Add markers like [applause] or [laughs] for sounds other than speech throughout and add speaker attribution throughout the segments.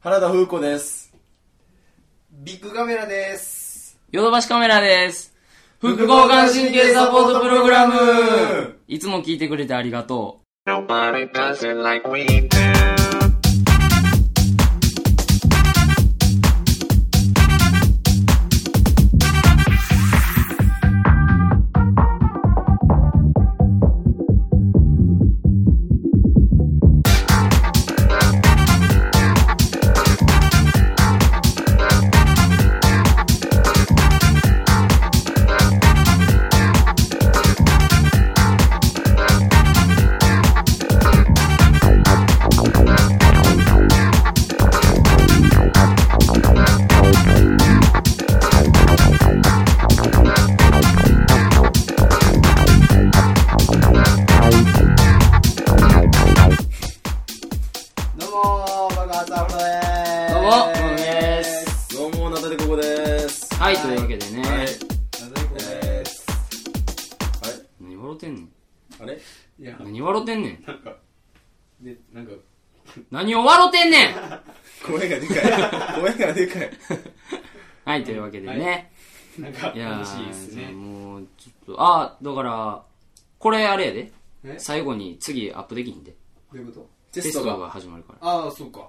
Speaker 1: 原田風子です。
Speaker 2: ビッグカメラです。
Speaker 3: ヨドバシカメラです。副交感神経サポートプログラムいつも聞いてくれてありがと
Speaker 4: Nobody does it like we do.
Speaker 2: どうもー、爆発アフロです。
Speaker 3: どう
Speaker 1: どうも、
Speaker 3: も野田です。
Speaker 1: ナタデココです。
Speaker 3: う。はい、というわけでね。
Speaker 1: はい。
Speaker 2: 野田彦
Speaker 1: え
Speaker 2: です。
Speaker 1: ー、はい。
Speaker 3: 何笑ってんねん。
Speaker 1: あれ
Speaker 2: いや、
Speaker 3: 何笑ってんねん。
Speaker 2: なんか、ね、なんか、
Speaker 3: 何を笑ってんねん
Speaker 1: 声がでか
Speaker 3: [laughs]
Speaker 1: い。声がでかい。
Speaker 3: はい、というわけでね。
Speaker 2: なんか
Speaker 3: い、や
Speaker 2: 楽しいです
Speaker 3: ー、
Speaker 2: ね。
Speaker 3: もう、ちょっと、あ、だから、これあれやで。
Speaker 2: え
Speaker 3: 最後に次アップできひんで。
Speaker 2: どういうこと
Speaker 1: テ
Speaker 3: テ
Speaker 1: ス
Speaker 3: ス
Speaker 1: ト
Speaker 3: トが
Speaker 1: が、
Speaker 3: 始まるから。
Speaker 2: ああ、そうか。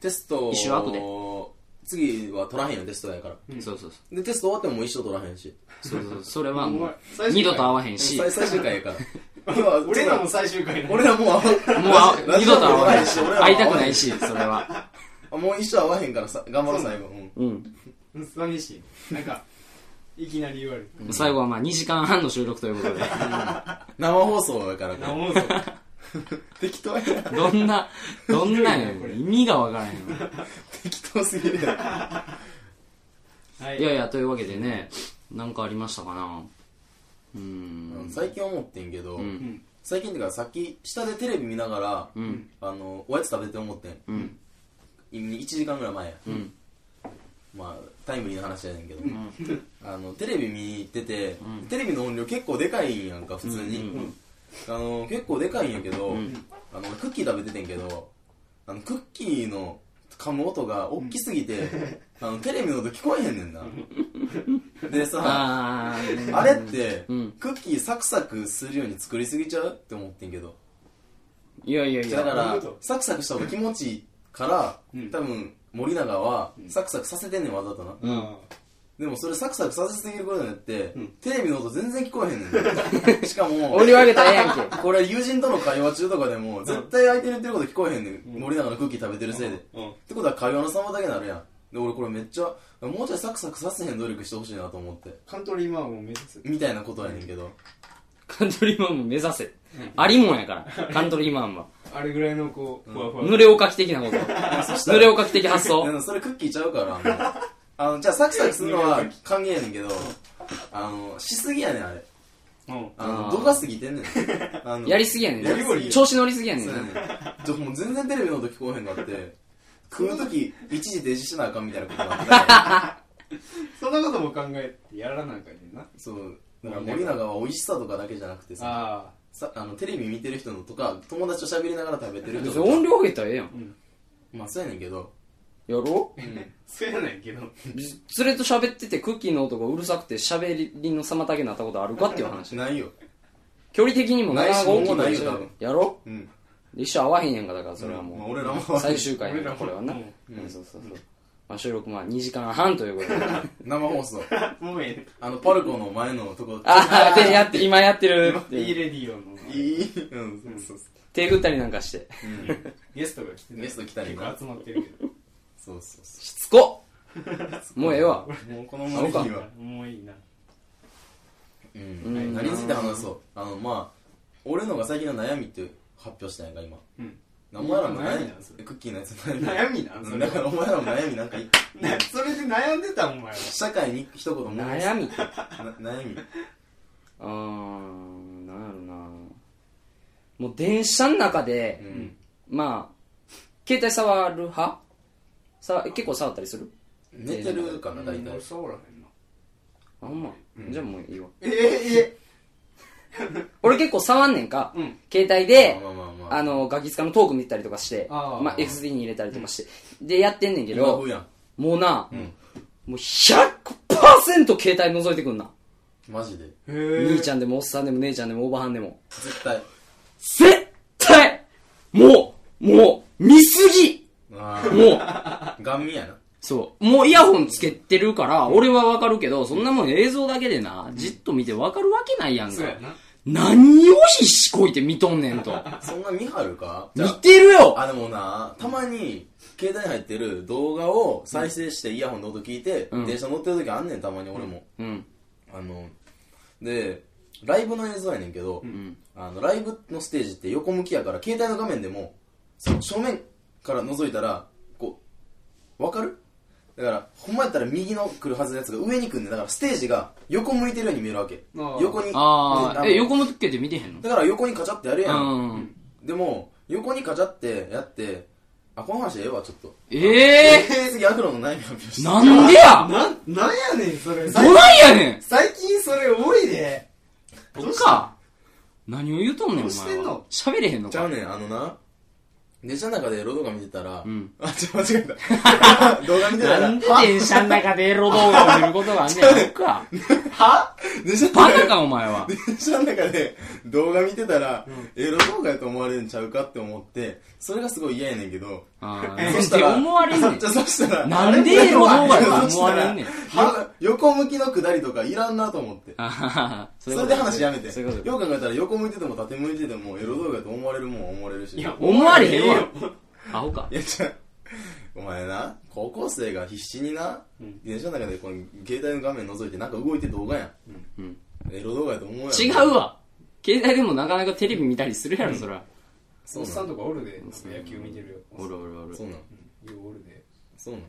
Speaker 1: テストを
Speaker 3: 一周後で
Speaker 1: 次は取らへんよ、テストやから。
Speaker 3: そうそうそ
Speaker 1: で、テスト終わってももう一生取らへんし。
Speaker 3: う。そうそう、それは
Speaker 2: お
Speaker 3: も
Speaker 2: 前
Speaker 3: う、
Speaker 2: 最終回
Speaker 3: 二度と会わへんし、
Speaker 1: 最最終回や
Speaker 3: [laughs]
Speaker 1: から。今は
Speaker 2: 俺らも最終回
Speaker 1: 俺らもう会わ
Speaker 3: もうあ二度と会わへんし、
Speaker 1: 俺らも
Speaker 3: 会いたくな
Speaker 1: へん
Speaker 3: いし、それは。
Speaker 1: あもう一生会わへんからさ、頑張ろう、最後。うん
Speaker 3: うん。
Speaker 2: 寂しい。なんか、いきなり言われる。
Speaker 3: [laughs] 最後はまあ2時間半の収録ということで。 [laughs]
Speaker 1: 生放送やからこれ
Speaker 2: な思うぞ。
Speaker 1: 適当やな。
Speaker 3: どんな、どんなんやねん意味がわからへんわ。
Speaker 1: 適当すぎるやん。
Speaker 2: はい
Speaker 3: い。やいや、というわけでね、なんかありましたかなうーん。
Speaker 1: 最近思ってんけど、
Speaker 3: ん
Speaker 1: 最近っていうかさっき下でテレビ見ながら、
Speaker 3: ん
Speaker 1: あのおやつ食べて思ってん、
Speaker 3: うん。
Speaker 1: 1時間ぐらい前や、
Speaker 3: うん。
Speaker 1: まあタイムリーな話やねんけど、あのテレビ見てて、テレビの音量結構でかいんやんか普通に、
Speaker 3: うんうん
Speaker 1: あの結構でかいんやけど、
Speaker 3: うん
Speaker 1: あのクッキー食べててんけどあのクッキーの噛む音が大きすぎて、
Speaker 3: [laughs]
Speaker 1: あのテレビの音聞こえへんねんなでさ
Speaker 3: あー。
Speaker 1: あれって、
Speaker 3: うん
Speaker 1: クッキーサクサクするように作りすぎちゃうって思ってんけど。
Speaker 3: いやいやい
Speaker 1: だか
Speaker 3: や。
Speaker 2: どうい
Speaker 1: ら
Speaker 2: うこと、
Speaker 1: サクサクした方が気持ちいいから、
Speaker 2: うん
Speaker 1: 多分、森永は、サクサクさせてんねん、わざとな。
Speaker 2: うん。
Speaker 1: でもそれサクサクさせすぎることによって、
Speaker 2: ん
Speaker 1: テレビの音全然聞こえへんね
Speaker 2: [laughs]
Speaker 1: ん。しかも、
Speaker 3: り上げたらええやんけ。
Speaker 1: これ友人との会話中とかでも、絶対相手の言ってること聞こえへんねん。森永のクッキー食べてるせいで。っ
Speaker 2: うん。
Speaker 1: てことは会話の妨げになるやん。で、俺これめっちゃ、もうちょいサクサクさせへん努力してほしいなと思って。
Speaker 2: カントリーマームを目指す。
Speaker 1: みたいなことやねんけど。
Speaker 3: カントリーマンも目指せ。ありもんやから、カントリーマンは。
Speaker 2: あれぐらいのこう、ふわふわ。
Speaker 3: 濡れおかき的な
Speaker 1: [laughs]
Speaker 3: こと。濡れおかき的発
Speaker 1: で
Speaker 3: 想。
Speaker 1: もそれクッキーちゃうからあの [laughs] あのじゃあサクサクするのは歓迎やねんけどあのしすぎやねんあれ
Speaker 2: うん。
Speaker 1: あの
Speaker 3: あ
Speaker 1: 度
Speaker 3: ー
Speaker 1: が過ぎてんねんあの
Speaker 3: [laughs] やりすぎやね
Speaker 1: やりすぎ
Speaker 3: ん。調子乗りすぎやねん
Speaker 1: そう
Speaker 3: な
Speaker 1: や。ねんちょもう全然テレビの音聞こえへんかって食う時一時停止しなあかんみたいなことがあったから
Speaker 3: [laughs]
Speaker 2: そんなことも考えてやらなあかんねんな。
Speaker 1: そうだから森永は美味しさとかだけじゃなくてさ
Speaker 2: あ
Speaker 1: さあのテレビ見てる人のとか友達と喋りながら食べてる人
Speaker 3: 別
Speaker 1: と
Speaker 3: に
Speaker 1: か
Speaker 3: 音量上げたらええやん。
Speaker 1: まあそうやねんけど
Speaker 3: やろ
Speaker 2: あ。そうやないけど。
Speaker 3: 連れと喋っててクッキーの音がうるさくて喋りの妨げになったことあるかっていう話
Speaker 1: しないよ
Speaker 3: 距離的にもなかなか大きいか
Speaker 1: ない
Speaker 3: ら
Speaker 1: しもうないよ多分
Speaker 3: やろ
Speaker 1: うん
Speaker 3: 一緒合わへんやんかだからそれはもう、
Speaker 1: まあ俺らも
Speaker 3: 最終回
Speaker 2: 俺
Speaker 3: の
Speaker 2: らも
Speaker 3: これはな、
Speaker 2: う
Speaker 3: うんそうそうそう、まあ、収録まあ2時間半ということで
Speaker 1: [laughs] 生放送
Speaker 2: もうえ
Speaker 3: [laughs]
Speaker 1: あのパルコの前のとこ
Speaker 3: ああでやって今やってるっ
Speaker 2: えね。い
Speaker 3: て
Speaker 2: いレディオの
Speaker 1: いいうんそうそうそ
Speaker 3: 手ぐったりなんかして
Speaker 1: う、うん、
Speaker 2: ゲストが来てね
Speaker 1: ゲスト来たり
Speaker 2: 結
Speaker 1: な
Speaker 2: 構集まってるけど。
Speaker 1: そうそうそ
Speaker 3: しつこっもうええわ
Speaker 1: うもうこの森に
Speaker 3: そう
Speaker 1: は
Speaker 2: もういいな。
Speaker 1: う
Speaker 3: うんん
Speaker 1: 何について話そうあのまあ俺のが最近の悩みって発表したやんか今
Speaker 2: うん。
Speaker 1: お前らの
Speaker 2: 悩
Speaker 1: 悩
Speaker 2: み
Speaker 1: み
Speaker 2: なんそれ
Speaker 1: クッキーのやつ悩み
Speaker 2: 悩みなん
Speaker 1: う
Speaker 2: そ
Speaker 1: ん
Speaker 2: れ
Speaker 1: だからお前らの悩みなんかい
Speaker 2: なそれで悩んでたお前は。
Speaker 1: 社会に一言も
Speaker 3: 悩みってう
Speaker 1: 悩み
Speaker 3: ーんなんやろなもう電車の中で、
Speaker 1: うん
Speaker 3: まあ携帯触る派さ結構触ったりする
Speaker 1: 寝てるかな大
Speaker 2: うん
Speaker 1: 体
Speaker 2: 俺そうおらへんな。
Speaker 3: あほんま、じゃあもういいわ
Speaker 2: ええ
Speaker 3: 俺結構触んねんか、
Speaker 2: うん
Speaker 3: 携帯で、
Speaker 1: まあまあまあまあ
Speaker 3: あの、ガキ使のトーク見てたりとかして、
Speaker 2: あー
Speaker 3: まあ、XD に入れたりとかして、で、やってんねんけ
Speaker 1: 今
Speaker 3: ど
Speaker 1: 風、やん。
Speaker 3: もうな、
Speaker 1: ん
Speaker 3: もう100%携帯覗いてくんな。
Speaker 1: マジで。
Speaker 2: へ
Speaker 3: 兄ち
Speaker 2: ゃん。
Speaker 3: ゃんでもおっさんでも姉ちゃんでもおばはんでも。
Speaker 1: 絶対。
Speaker 3: 絶対もう、もう、見すぎ
Speaker 1: あ
Speaker 3: もう、
Speaker 1: あ。ガン見やな。
Speaker 3: そう。もうイヤホンつけてるから、俺はわかるけど、そんなもん映像だけでな、じっと見てわかるわけないやんか
Speaker 2: そう。やな。
Speaker 3: 何を必死こいて見とんねんと。
Speaker 1: そんな見はるかじゃ
Speaker 3: 見
Speaker 1: あ
Speaker 3: てるよ
Speaker 1: あ、でもな、たまに、携帯に入ってる動画を再生してイヤホンの音聞いて、
Speaker 3: うん
Speaker 1: 電車乗ってる時あんねん、たまに俺も。
Speaker 3: うん。
Speaker 1: あの、で、ライブの映像やねんけど、
Speaker 3: ん
Speaker 1: あの、ライブのステージって横向きやから、携帯の画面でも、その正面から覗いたら、こう、わかるだから、ほんまやったら右の来るはずのやつが上に来んねん。だからステージが横向いてるように見えるわけ。
Speaker 2: あー
Speaker 1: 横に。
Speaker 3: あ
Speaker 1: で
Speaker 3: あ、
Speaker 1: の
Speaker 3: え、横向けて見てへんの
Speaker 1: だから横にカチャってやるやん。
Speaker 3: うん。
Speaker 1: でも、横にカチャってやって、あ、この話ええわ、ちょっと。
Speaker 3: ええ
Speaker 1: 次、アフロの悩み発表して。
Speaker 3: ー、なんでや
Speaker 2: なん、なんやねん、それ。
Speaker 3: ど
Speaker 2: 最
Speaker 3: ないやねん
Speaker 2: 最近それ多いね。
Speaker 3: 僕か。何を言うとんねん、お
Speaker 2: どうして
Speaker 3: 前
Speaker 2: んの
Speaker 3: は。喋れへんの
Speaker 1: ちゃ
Speaker 3: か。
Speaker 1: うねん、あのな、電車の中でロ動画見てたら、
Speaker 3: ん
Speaker 1: あ、ちょ、間違えた。
Speaker 3: [laughs]
Speaker 1: 動画見てた
Speaker 3: な
Speaker 1: ら、
Speaker 3: んで電車の中でエロ動画を見ることがあんねん、僕か。
Speaker 2: は
Speaker 1: 電車の
Speaker 3: バ
Speaker 1: 中
Speaker 3: カ
Speaker 1: で、
Speaker 3: か、お前は。
Speaker 1: 電車の中で動画見てたら、エロ動画やと思われるんちゃうかって思って、それがすごい嫌やねんけど、
Speaker 3: あ
Speaker 1: そ
Speaker 3: ー
Speaker 1: した
Speaker 3: なんで
Speaker 1: ら、
Speaker 3: 思われんねん
Speaker 1: じ。ゃそ [laughs] したら、
Speaker 3: なんでエロ動画やと
Speaker 1: そし
Speaker 3: 思わ
Speaker 1: た
Speaker 3: れ
Speaker 1: ら
Speaker 3: んねん。
Speaker 1: 横横向きの下りとかいらんなと思って。
Speaker 3: あはは
Speaker 1: そ
Speaker 3: そ
Speaker 1: れ
Speaker 3: ういうこと
Speaker 1: で話やめて。
Speaker 3: そういうこと
Speaker 1: よく考えたら横向いてても縦向いててもエロ動画やと思われるもんは思われるし。
Speaker 2: いや
Speaker 3: 思われへんわ。アホか
Speaker 1: い。や、ちゃうお前な、高校生が必死にな、電車の中でこの携帯の画面覗いてなんか動いてる動画やん。
Speaker 3: うん
Speaker 1: エロ動画やと思うやん。
Speaker 3: 違う。わ。携帯でもなかなかテレビ見たりするやろ、そら。
Speaker 1: そ
Speaker 2: お
Speaker 1: う
Speaker 2: っ
Speaker 1: な
Speaker 2: さん
Speaker 1: ん。
Speaker 2: とかおるで、なんか野球見てるよ。
Speaker 3: おるおるおる
Speaker 1: そう。なん。
Speaker 2: うんようおるで。
Speaker 1: そうなん。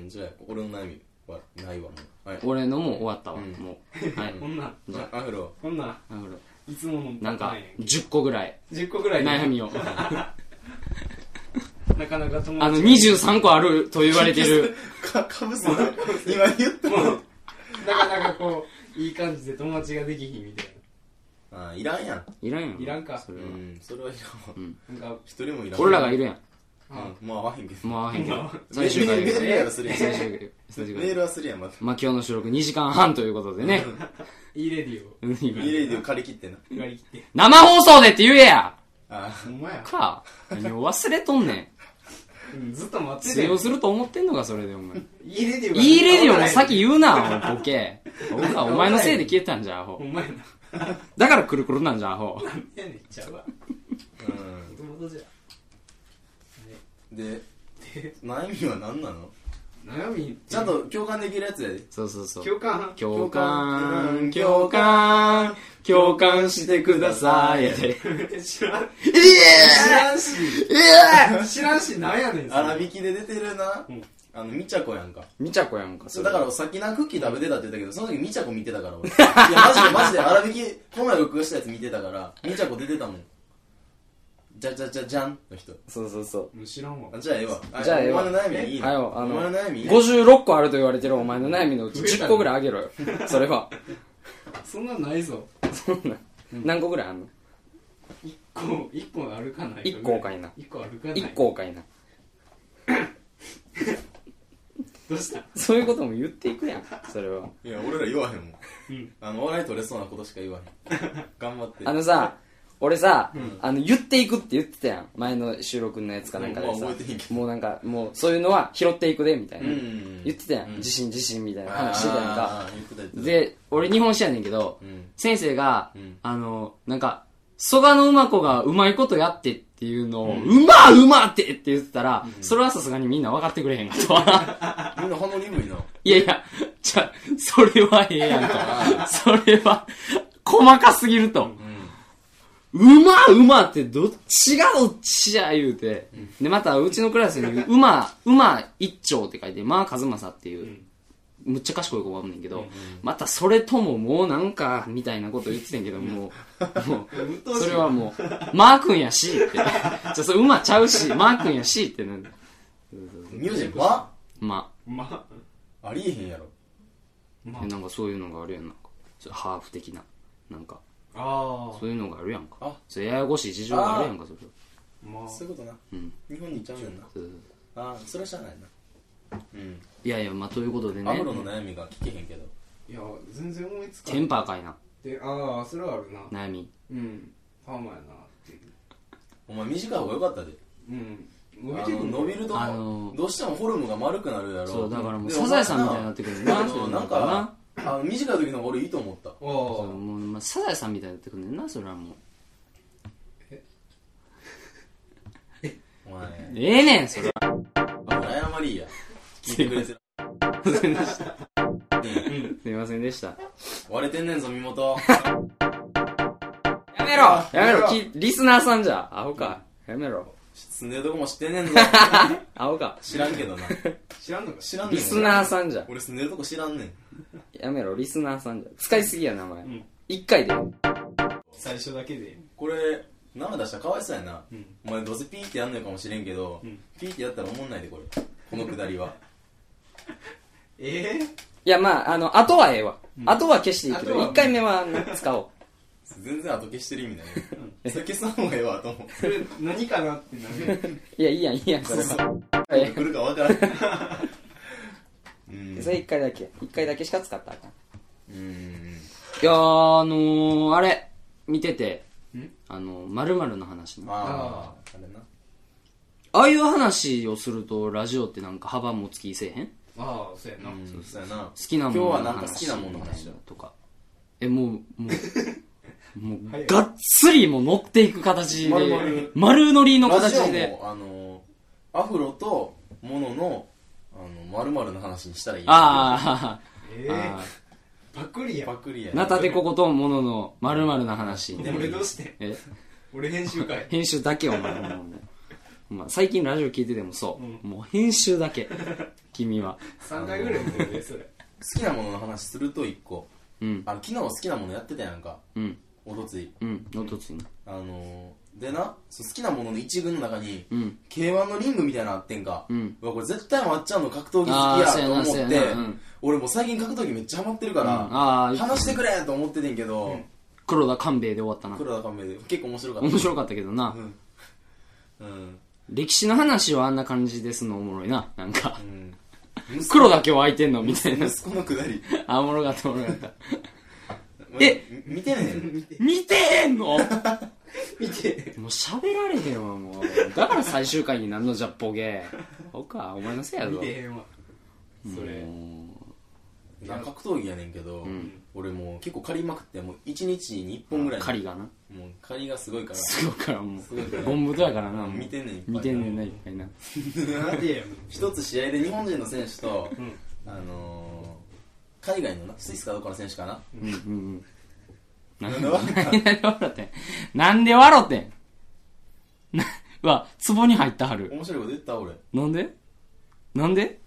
Speaker 1: うん、じゃあ、俺の悩みはないわ、もう。はい。
Speaker 3: 俺のも終わったわ、
Speaker 1: うん
Speaker 3: もう。はい。
Speaker 2: こんな、
Speaker 1: じゃあ、アフロ。
Speaker 2: こんな、
Speaker 3: なるほど
Speaker 2: いつもの
Speaker 3: なんか
Speaker 2: パンや、け
Speaker 3: 10個ぐらい、
Speaker 2: 10個ぐらい
Speaker 3: 悩みを。
Speaker 2: なかなか友達
Speaker 3: あの、23個あると言われてる。
Speaker 1: か、かぶせた。今言った
Speaker 2: もう [laughs] なかなかこういい感じで友達ができひんみたい
Speaker 1: あー、いらんやん。
Speaker 3: いらんやん。
Speaker 2: いらんか
Speaker 3: それ
Speaker 1: う
Speaker 3: は。
Speaker 1: ん、それはいらんわ。
Speaker 2: ななんか
Speaker 1: 一人もいらん。
Speaker 3: 俺らがい
Speaker 1: る。
Speaker 3: るやん。
Speaker 1: うん、まあ、合わへんけど。
Speaker 3: もう会わへんけ
Speaker 2: う
Speaker 3: ど
Speaker 2: ん。
Speaker 3: 最終回
Speaker 1: [laughs] メールメールやろ
Speaker 3: で。
Speaker 1: するやん
Speaker 3: 最終回で。最終
Speaker 1: メ
Speaker 3: 回
Speaker 1: ー
Speaker 3: で
Speaker 1: ルはするやん、また。
Speaker 3: まあ今日の収録2時間半ということでね。
Speaker 2: いいレディを
Speaker 3: うん今
Speaker 1: イレイディを借り切ってな。
Speaker 2: 割り切って
Speaker 3: 生放送でって言えや
Speaker 1: あ
Speaker 2: ほんまや、
Speaker 3: か。何を忘れとんねん。
Speaker 2: うん、ずっと待って
Speaker 3: 通
Speaker 2: て
Speaker 3: 用すると思ってんのか、それでお前。
Speaker 2: いいレディオが
Speaker 3: いいレディオも先言うな、お前ボケ。僕はお前のせいで消えたんじゃ、アホ
Speaker 2: ほ。んまやな
Speaker 3: だからくるくるなんじゃ、アホ。
Speaker 2: なんでやねんちゃうわ
Speaker 1: ーうん。
Speaker 2: もともとじゃ
Speaker 1: で、悩みは何なの
Speaker 2: 悩み
Speaker 1: ちゃんと共感できるやつやで。
Speaker 3: そうそうそう。
Speaker 2: 共感
Speaker 3: 共感、共感、共感してください。え
Speaker 2: 知らん
Speaker 3: え
Speaker 2: 知らんし
Speaker 3: ええ
Speaker 2: 知らんしなんやねんそれ
Speaker 1: 粗引きで出てるな
Speaker 2: うん。
Speaker 1: あの、みちゃこやんか。
Speaker 3: みちゃこやんか、
Speaker 1: そ
Speaker 3: そうれ
Speaker 1: だか。らさっきな、クッキー食べてたって言ったけど、その時みちゃこ見てたから俺。いや、マジでマジで粗引き、この前録画したやつ見てたから、みちゃこ出てたもん。じゃじゃじゃじゃんの人。
Speaker 3: そうそうそ
Speaker 2: もう知らんわ
Speaker 1: あじゃあええわ。
Speaker 3: う。じゃあ、ええわ
Speaker 1: お前の悩みいい
Speaker 3: は
Speaker 1: な。
Speaker 3: よ、あ
Speaker 1: お前の
Speaker 3: の、
Speaker 1: 悩みいいな。
Speaker 3: 56個あると言われてるお前の悩み
Speaker 1: [laughs]
Speaker 3: のうち
Speaker 2: 増えた
Speaker 3: 10
Speaker 2: ね
Speaker 3: 個ぐらいあげろよ。それは。
Speaker 2: そんなんないぞ
Speaker 3: そんな。何個ぐらいあんの
Speaker 2: 一個一個あるかない
Speaker 3: 一個かいな
Speaker 2: 一個あるかない
Speaker 3: ?1 個かいな。
Speaker 2: どうした
Speaker 3: そういうことも言っていくやん、それは。
Speaker 1: いや、俺ら言わへんもん
Speaker 2: うん。
Speaker 1: あの、笑い取れそうなことしか言わへん。頑張って。
Speaker 3: あのさ、俺さ、あの、言っていくって言ってたやん。前の収録のやつかなんかで
Speaker 1: うんま
Speaker 3: さ
Speaker 1: あ覚えてへんけ、ど
Speaker 3: もうなんか、もうそういうのは拾っていくで、みたいな
Speaker 1: うん。
Speaker 3: 言ってたやん
Speaker 1: うん。
Speaker 3: 自信自信みたい
Speaker 1: あー、
Speaker 3: な話してたやんか。
Speaker 1: 言ってた言ってた。
Speaker 3: で、俺日本史やねんけど
Speaker 1: う、ん。
Speaker 3: 先生が
Speaker 1: うん、
Speaker 3: あの、なんか、蘇我の馬子がうまいことやってっていうのを、うまうまってって言ってたら、それはさすがにみんな分かってくれへんかと。 [laughs]
Speaker 1: みんな反応鈍いな。
Speaker 3: いやいや、じゃあ、それはええやん [laughs] か。それは、細かすぎると。
Speaker 1: うん。
Speaker 3: うまうまってどっちがどっちや言うて。で、また、うちのクラスに、うま、うま一丁って書いて、まあ、和正っていう、むっちゃ賢い子がおんねんけど、またそれとももうなんか、みたいなこと言ってたんやけど、もう、も
Speaker 2: うっと
Speaker 3: う、
Speaker 2: うしい
Speaker 3: それはもう、マー君やし、って。じゃあ、それうまちゃうし、マー君やし、ってなん
Speaker 1: ミュージックは
Speaker 3: ま
Speaker 2: ま
Speaker 1: ありえへんやろ。
Speaker 2: ま
Speaker 3: あ、なんかそういうのがあるやん、なんか、ハーフ的な、なんか。
Speaker 2: あ
Speaker 3: そういうのがあるやんか
Speaker 1: あ
Speaker 3: それややこしい事情があるやんかそれは
Speaker 2: あまあ
Speaker 1: そういうことな、
Speaker 3: ん
Speaker 1: 日本に行っちゃうねんな
Speaker 3: そうそう
Speaker 1: ああそれはしゃあないなうん
Speaker 3: いやいやまあということでね
Speaker 1: アムロの悩みが聞けへんけど
Speaker 2: いや全然思いつか
Speaker 3: テンパーかいな
Speaker 2: でああそれはあるな
Speaker 3: 悩み
Speaker 2: うんパーマやなっていう
Speaker 1: お前短い方が良かったで
Speaker 2: うん
Speaker 1: 伸び
Speaker 2: 伸びてくんの
Speaker 1: 伸びると、
Speaker 3: あのー
Speaker 1: どうしてもフォルムが丸くなるやろ
Speaker 3: そうだからもう
Speaker 1: で
Speaker 3: サザエさんみたいになってくるな
Speaker 1: お前な
Speaker 3: そういうの
Speaker 1: なんかあの短い時の方が俺いいと思った
Speaker 2: あ
Speaker 3: そう
Speaker 2: ー
Speaker 3: もう、まあ、サザエさんみたいになってくるねんなそれはもう
Speaker 1: お前
Speaker 3: ええねんそれは [laughs]
Speaker 1: 謝りや聞いてくれてる
Speaker 3: すいませんでしたすいませんでした
Speaker 1: 割れてんねんぞ身
Speaker 3: [laughs]
Speaker 1: 元
Speaker 3: やめろやめ
Speaker 2: やめ
Speaker 3: ろ
Speaker 2: ろ
Speaker 3: きリスナーさんじゃアホかやめろ
Speaker 1: 住んでるとこも知ってんねんぞ
Speaker 3: アホか
Speaker 1: 知らんけ [laughs] どな
Speaker 2: 知らんのか
Speaker 1: 知らんねん
Speaker 3: リスナー
Speaker 1: ん
Speaker 3: さんじゃ
Speaker 1: 俺住んでるとこ知らんねん
Speaker 3: やめろリスナーさんじゃ使いすぎや名前
Speaker 2: ん
Speaker 3: 一回で
Speaker 2: 最初だけで
Speaker 1: これ生出したらかわいそうやな、
Speaker 2: ん
Speaker 1: お前どうせピーってやんのかもしれんけど、
Speaker 2: ん
Speaker 1: ピーってやったら思んないでこれこのくだり [laughs] は
Speaker 2: ええ
Speaker 3: いやまああの後はええわ後は消していいけ
Speaker 2: 後
Speaker 3: ど
Speaker 2: は
Speaker 3: 一回目は使おう
Speaker 1: 全然後消してる意味ないよそれ消すの方がええわと思う
Speaker 2: それ何かなってなる
Speaker 3: [laughs] いやいいやんいいやんそれはええ
Speaker 1: 来るか分から [laughs] んうん
Speaker 3: それ一回だけ一回だけしか使ったらあかん
Speaker 1: うん
Speaker 3: いやーあのー、あれ見てて
Speaker 2: ん
Speaker 3: あのまるの話ね
Speaker 1: あああれな
Speaker 3: ああいう話をするとラジオってなんか幅もつきせえへん好
Speaker 2: ああそうやな
Speaker 1: うんそうやな好
Speaker 3: きなものの
Speaker 1: 今日
Speaker 3: 話
Speaker 1: はなんか好きなものの
Speaker 3: みたい
Speaker 1: 話
Speaker 3: な
Speaker 1: だ
Speaker 3: とかえもうも
Speaker 1: [laughs]
Speaker 3: うも
Speaker 2: は
Speaker 3: う
Speaker 2: い
Speaker 3: がっつりもう乗っていく形
Speaker 1: 丸
Speaker 3: で
Speaker 1: 々
Speaker 3: 丸乗りの
Speaker 1: ラ
Speaker 3: 形
Speaker 1: ジオ
Speaker 3: で
Speaker 1: もあのアフロとモノのあのまるの話にしたらいい
Speaker 3: あ
Speaker 2: え
Speaker 3: ーあ
Speaker 2: えパクリや
Speaker 1: パクリや
Speaker 3: ーナタデココとモノのまるの話
Speaker 1: でも
Speaker 2: 俺どうして
Speaker 3: え
Speaker 2: 俺編集
Speaker 3: [laughs]
Speaker 2: 会
Speaker 3: 編集だけお前もうもうまあ最近ラジオ聞いててもそう、もう編集だけ君は
Speaker 2: 3回ぐらい見てるねそれ
Speaker 1: 好きなものの話すると一個
Speaker 3: うん
Speaker 1: あの昨日好きなものやってたやんか
Speaker 3: うん
Speaker 1: おとつい
Speaker 3: うんのとついな
Speaker 1: あのーでなそう好きなものの一軍の中に、
Speaker 3: うん
Speaker 1: k 1のリングみたいなのあってんか、
Speaker 3: うん
Speaker 1: わこれ絶対まっちゃんの格闘技好きやと
Speaker 3: あーそ
Speaker 1: 思
Speaker 3: うや
Speaker 1: っ
Speaker 3: な
Speaker 1: て
Speaker 3: そうやなうん
Speaker 1: 俺もう最近格闘技めっちゃハマってるか
Speaker 3: うんあ
Speaker 1: ら、
Speaker 3: ー
Speaker 1: 話してくれと思っててんけど、
Speaker 3: 黒田官兵衛で終わったな
Speaker 1: 黒田勘兵衛で結構面白かった
Speaker 3: 面白かったけどな、
Speaker 1: うん、うん
Speaker 3: 歴史の話はあんな感じですのおもろいななんか黒だけは空いてんのみた [laughs] いな
Speaker 1: 息子のくだり
Speaker 3: あおもろかったおもろかったえ
Speaker 1: み見て
Speaker 3: [laughs]
Speaker 1: ね
Speaker 3: 見てへんのもう
Speaker 2: 見て
Speaker 3: 喋られへんわもうだから最終回になんのじゃっぽげほかお前のせいやぞ
Speaker 2: 見てへんわそれ
Speaker 1: んな格闘技やねんけど、俺もう結構借りまくってもう1日に1本ぐらい
Speaker 3: 狩りがな
Speaker 1: もう借りがすごいから
Speaker 3: すごいからも
Speaker 1: ごいか
Speaker 3: う
Speaker 1: ら
Speaker 3: ボンブドやからなもう
Speaker 1: 見てんねんいっぱい
Speaker 3: 見てんねんないっぱいな
Speaker 2: なんでや
Speaker 1: 一つ試合で日本人の選手と、
Speaker 2: ん
Speaker 1: あのー、海外のなスイスかどこかの選手かな、
Speaker 3: うんうんうん
Speaker 1: なんで笑った
Speaker 3: なんで笑ってんなんで笑ってんなうわ壺に入ったはる
Speaker 1: 面白いこと言った俺
Speaker 3: なんでなんで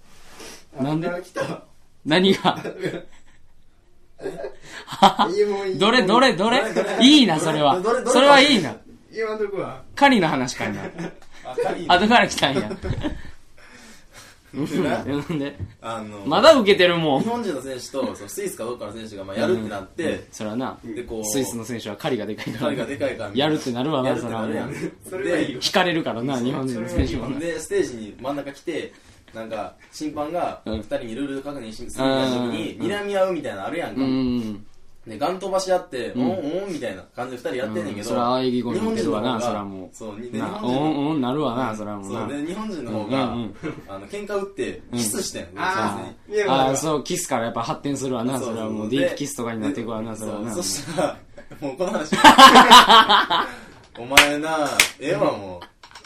Speaker 3: なんで
Speaker 2: あ来た
Speaker 1: [laughs]
Speaker 3: 何が
Speaker 2: いいもういい
Speaker 3: どれどれどれいいなそれは
Speaker 1: どれどれどれ
Speaker 3: それはいいな
Speaker 2: 今のとこは
Speaker 3: 狩りの話かいな
Speaker 1: [laughs] あカリー
Speaker 3: 後から来たんや
Speaker 1: でな
Speaker 3: なんで
Speaker 1: あの
Speaker 3: まだ受けてるも
Speaker 1: 日
Speaker 3: ん
Speaker 1: 本人の選手とそのスイスかどこかの選手がまあやるってなって、
Speaker 3: それはな
Speaker 1: でこう
Speaker 3: スイスの選手は狩りがでかいから
Speaker 1: 彼がでかいから
Speaker 3: やるってなるわな
Speaker 1: やるってなるやん
Speaker 3: そ
Speaker 2: それはいいよ
Speaker 3: 惹かれるからな日本人の選手もな
Speaker 1: でステージに真ん中来てなんか審判が
Speaker 3: うん
Speaker 1: 2人にルール確認しするみたいな時に
Speaker 3: うん
Speaker 1: 睨み合うみたいなのあるやんか、
Speaker 3: うん
Speaker 1: でガン飛ばし合って、おん、おんみたいな感じで2人やってんねんけど、
Speaker 3: うんそれは喘ぎ声も出るわ
Speaker 1: 日本人の方
Speaker 3: な
Speaker 1: が
Speaker 3: それはもう
Speaker 1: そうで日
Speaker 3: な
Speaker 1: 本
Speaker 3: お
Speaker 1: 人の
Speaker 3: んおんなるわなそれはもう
Speaker 1: そう
Speaker 3: な
Speaker 1: で日本人の方が、
Speaker 3: うんうん
Speaker 1: あの喧嘩打ってキスしてん、うん、
Speaker 2: あー見えるわ
Speaker 3: ああそうキスからやっぱ発展するわなそれはもうディープキスとかになっていくわなそれはな
Speaker 1: そうそしたらもうこの話 [laughs] お前なええわもう